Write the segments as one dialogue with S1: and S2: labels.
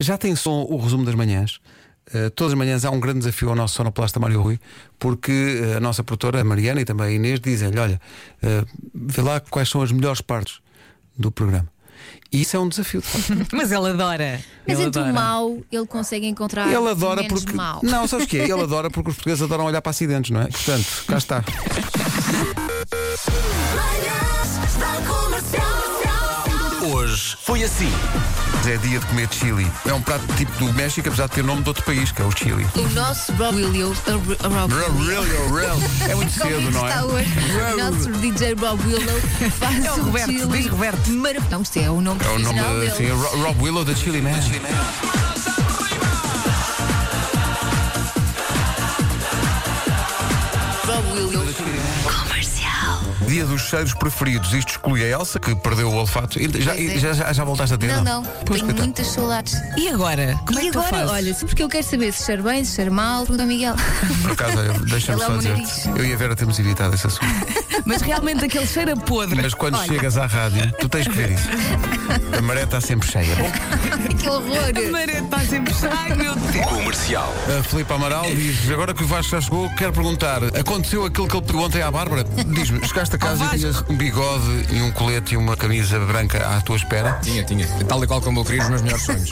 S1: Já tem som o resumo das manhãs. Eh, todas as manhãs há um grande desafio ao nosso sonoplasta Mário Rui, porque eh, a nossa produtora a Mariana e também a Inês dizem-lhe: olha, eh, vê lá quais são as melhores partes do programa. E isso é um desafio. de facto.
S2: Mas ele adora.
S3: Mas então,
S2: ele
S3: entre
S2: adora.
S3: o mau, ele consegue encontrar
S1: ele
S3: o
S1: adora
S3: menos
S1: porque.
S3: mau.
S1: Não, sabes o quê? Ele adora porque os portugueses adoram olhar para acidentes, não é? Portanto, cá está.
S4: Manhãs da Comercial.
S5: Hoje foi assim.
S1: É dia de comer chili. É um prato tipo do México, apesar de ter nome de outro país, que é o chili.
S3: O nosso Rob Williams. a Ro- a Rob Williams.
S1: É muito cedo,
S3: Como
S1: não
S3: está
S1: é?
S3: hoje? O nosso DJ Rob Willow faz
S2: É o
S3: um
S2: Roberto,
S3: chili
S2: diz Roberto.
S3: maravilhoso. Não, isto é o nome
S1: É o nome
S3: profissional dele.
S1: assim, Ro- Rob Willow da Chili Man.
S3: Rob Willow.
S1: Dia dos cheiros preferidos. Isto exclui a Elsa, que perdeu o olfato. E Já,
S3: Pois é.
S1: e já, já, já voltaste a ter?
S3: Não, não,
S1: Pois,
S3: tenho
S1: coitado.
S3: muitas saudades.
S2: E agora? Como é
S3: e
S2: que tu
S3: agora,
S2: fazes?
S3: olha, porque eu quero saber se cheiro bem, se cheiro mal, pergunta ao Miguel.
S1: Por acaso, olha, deixa-me
S3: Ele é
S1: só
S3: o
S1: dizer.
S3: nariz.
S1: Eu e a Vera temos evitado esse assunto.
S2: Mas realmente aquele cheiro a podre.
S1: Mas quando chegas à rádio, tu tens que ver isso. A maré está sempre cheia. Bom,
S3: que horror!
S2: A maré está sempre cheia. Ai meu Deus.
S5: Comercial.
S1: a Filipe Amaral diz: agora que o Vasco já chegou, quero perguntar: aconteceu aquilo que ele pediu ontem à Bárbara? Diz-me, chegaste a casa
S2: Ao
S1: e tinhas um bigode e um colete e uma camisa branca à tua espera?
S6: Tinha, tinha. Tal e qual como eu queria os meus melhores sonhos.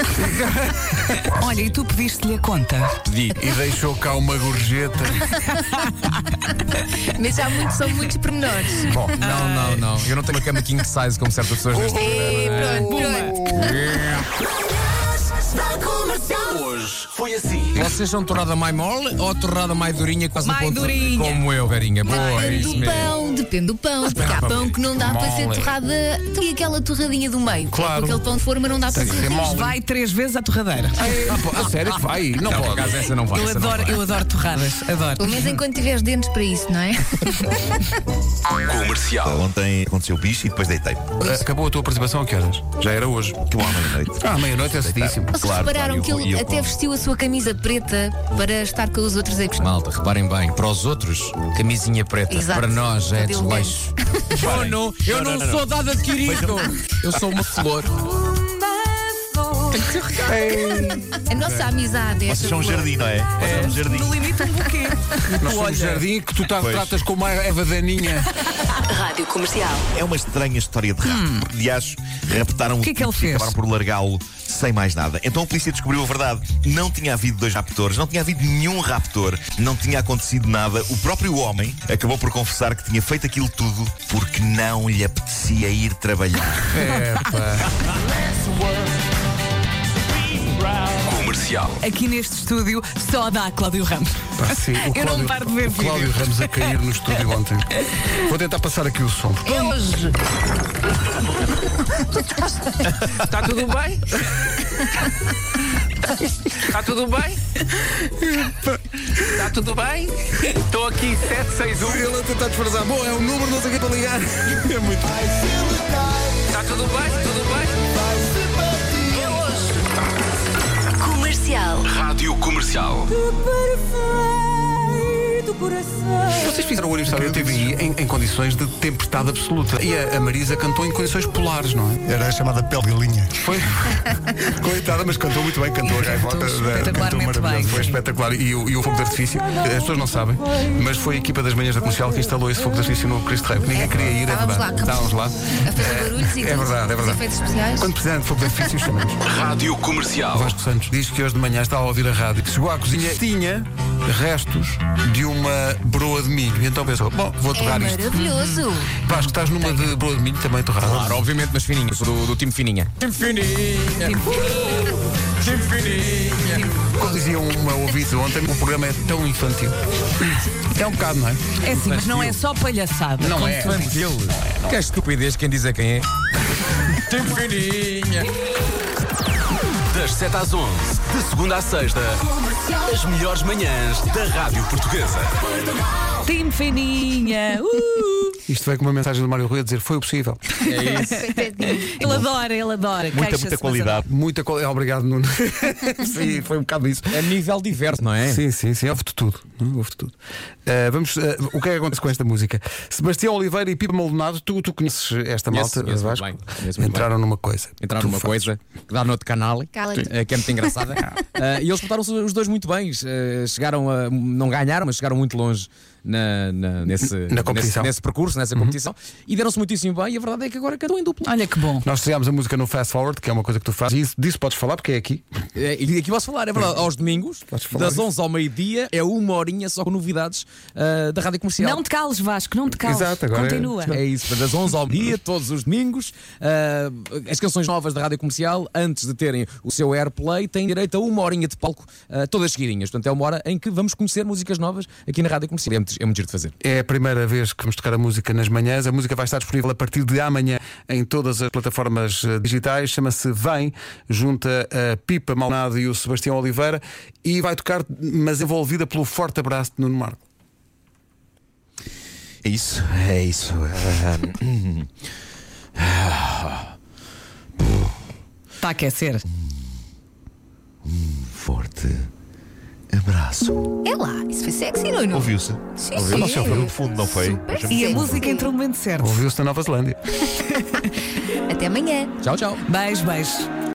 S2: Olha, e tu pediste-lhe a conta?
S6: Pedi.
S1: E deixou cá uma gorjeta.
S3: Mas há muitos, são muitos pormenores.
S6: Bom, não, não, não. Eu não tenho uma cama king size como certas pessoas neste
S2: Oh.
S3: E É, pronto, pronto.
S4: Manhãs da Comercial.
S5: Hoje foi assim.
S6: Vocês são torrada mais mole ou torrada mais durinha quase
S2: Mais
S6: no ponto
S2: durinha.
S6: como eu, Verinha? Boa, é
S3: Depende
S6: isso
S3: do
S6: mesmo.
S3: pão, depende do pão, porque há pão que não dá para ser
S1: Mole.
S3: torrada. Então, E aquela torradinha do meio?
S1: Claro.
S3: Aquele pão de forma não dá para
S1: Tem que ser
S3: ser.
S1: mole.
S2: Vai três vezes à torradeira.
S1: Ah, pô, a sério que vai? Não,
S6: Não, por
S1: pode.
S6: acaso essa não vai.
S2: Eu
S6: essa não
S2: adoro,
S6: vai.
S2: eu adoro torradas. Adoro.
S3: Pelo menos enquanto tiveres dentes para isso, não é?
S5: Comercial.
S7: Ontem aconteceu bicho e depois deitei-me. um
S1: Acabou a tua participação a que horas? Já era hoje.
S7: Tu à meia-noite.
S1: Ah, meia-noite é cedíssimo.
S3: Vocês repararam
S7: claro,
S3: que
S7: eu-
S3: ele
S7: eu-
S3: até vestiu a sua camisa preta para estar com os outros equipes.
S6: Malta, reparem bem, para os outros, camisinha preta.
S3: Exato.
S6: Para nós é
S3: Cabelo
S6: desleixo. Eu Oh, não, eu não, sou dado adquirido. Eu sou uma flor.
S3: A nossa amizade é.
S7: Vocês são um
S3: esta flor.
S7: jardim, não é? Vocês são um jardim.
S2: No
S3: é
S2: limite um buquê.
S1: Nós somos jardim que tu tá-
S7: Pois.
S1: tratas como uma Eva Daninha.
S4: Rádio Comercial.
S7: É uma estranha história de rapto. Porque, de acho, raptaram o
S2: que é que ele
S7: tipo
S2: fez?
S7: e acabaram por largá-lo sem mais nada. Então a polícia descobriu a verdade. Não tinha havido dois raptores, não tinha havido nenhum raptor, não tinha acontecido nada. O próprio homem acabou por confessar que tinha feito aquilo tudo porque não lhe apetecia ir trabalhar.
S1: É,
S5: Comercial.
S2: Aqui neste estúdio só dá a Cláudio Ramos.
S1: Pá, sim, o
S2: Eu não paro de ver
S1: o
S2: vídeos.
S1: Cláudio Ramos a cair no estúdio ontem. Vou tentar passar aqui o som.
S3: É
S2: Hoje.
S8: Está tudo bem? Está tudo bem? Está tudo bem? Estou aqui 761.
S1: Ele a tentar disfarçar. Bom, é o número, não sei quem para ligar. É muito.
S8: Está tudo bem? Tudo bem?
S4: Comercial.
S5: Rádio Comercial.
S1: Vocês fizeram o aniversário da TVI em, em condições de tempestade absoluta. E a, a Marisa cantou em condições polares, não é?
S9: Era a chamada pele de galinha.
S1: Foi.
S9: Coitada, mas cantou muito bem, cantou a gaivota.
S2: Cantou
S9: da-
S2: espetacularmente
S9: cantou maravilhoso,
S2: bem,
S9: Foi
S2: sim.
S9: espetacular.
S1: E o, e o fogo de artifício, as pessoas não sabem, mas foi a equipa das manhãs da comercial que instalou esse fogo de artifício no Cristo Rei. Ninguém queria ir, é
S3: Estávamos
S1: verdade.
S3: lá, acabou.
S1: Estávamos lá.
S3: A fazer barulhos e
S1: É
S3: tudo,
S1: verdade, é
S3: os
S1: verdade.
S3: efeitos especiais.
S1: Quando precisarem de fogo de artifício, chamamos.
S5: Rádio Comercial.
S1: Vasco Santos diz que hoje de manhã estava a ouvir a rádio. Chegou à cozinha tinha restos de uma broa de milho. E então pensou, bom, vou
S3: É
S1: torrar isto.
S3: maravilhoso.
S1: Vasco, estás numa de broa de milho também torrada?
S6: Claro, obviamente, mas fininho. Eu sou do, do time fininha. Time fininha. Time fininha.
S1: Como dizia uma ouvinte ontem, o programa é tão infantil. É um bocado, não é?
S2: É assim, mas não é só palhaçada.
S1: Não é.
S6: Infantil. Que é estupidez quem diz a quem é. Time fininha.
S5: Das 7 às 11. De segunda à sexta. As melhores manhãs da Rádio Portuguesa.
S2: Time fininha. Uh!
S1: Isto veio com uma mensagem do Mário Rui a dizer: foi o possível.
S6: É isso.
S2: Ele adora, ele adora.
S7: Muita,
S2: Queixa-se,
S7: muita
S2: mas
S7: qualidade.
S1: Muita qual... é, Obrigado, Nuno. Sim, foi um bocado isso.
S6: A nível diverso, não é?
S1: Sim, sim, sim, houve de tudo. não? Houve de tudo. Ah, vamos, ah, o que é que acontece com esta música? Sebastião Oliveira e Pipa Maldonado, tu, tu conheces esta
S6: Conheço,
S1: malta,
S6: conheço muito
S1: Vasco?
S6: bem, conheço muito
S1: Entraram numa coisa.
S6: entrar
S1: Tu
S6: numa
S1: fazes.
S6: coisa que dá no outro canal,
S3: Cala-te.
S6: eh, que é muito engraçada. Eh, e eles portaram-se os dois muito bem. eh, chegaram a. Não ganharam, mas chegaram muito longe na, na- nesse, nesse,
S1: competição. Uhum.
S6: nesse percurso, nessa competição. E deram-se muitíssimo bem. E a verdade é que agora cantam em duplo.
S2: adora. Olha que bom.
S1: Nós estreámos a música no Fast Forward, que é uma coisa que tu fazes, e isso- disso podes falar porque é aqui.
S6: Eh, E aqui posso falar, é verdade, aos domingos,
S1: Uhum. Podes falar
S6: das
S1: disso.
S6: 11 ao meio-dia, é uma horinha só com novidades eh, da rádio comercial.
S2: Não te cales, Vasco, não te cales.
S1: Exato, agora é-
S2: Continua.
S6: É isso, das 11 ao dia, todos os domingos. ah, as canções novas da rádio comercial, antes de terem o seu airplay, têm direito a uma horinha de palco, ah, todas seguidinhas. Portanto, é uma hora em que vamos conhecer músicas novas aqui na rádio comercial. É muito, é muito giro de fazer.
S1: É a primeira vez que vamos tocar a música nas manhãs. A música vai estar disponível a partir de amanhã em todas as plataformas eh, digitais. Chama-se Vem, junta a Pipa Malnado e o Sebastião Oliveira e vai tocar, mas envolvida pelo forte abraço de Nuno Marco.
S7: É isso, é isso.
S2: Está a aquecer.
S7: forte abraço.
S3: É lá, isso foi sexy, Nuno.
S7: Ouviu-se?
S3: Sim,
S7: Ouviu? Não se ouviu no
S3: sim.
S7: fundo, não foi?
S3: Super
S7: Deixa-me-
S2: E a
S3: sexy.
S2: música entra no momento certo.
S1: Ouviu-se na Nova Zelândia.
S3: Até amanhã.
S6: Tchau, tchau.
S2: Beijo, beijo.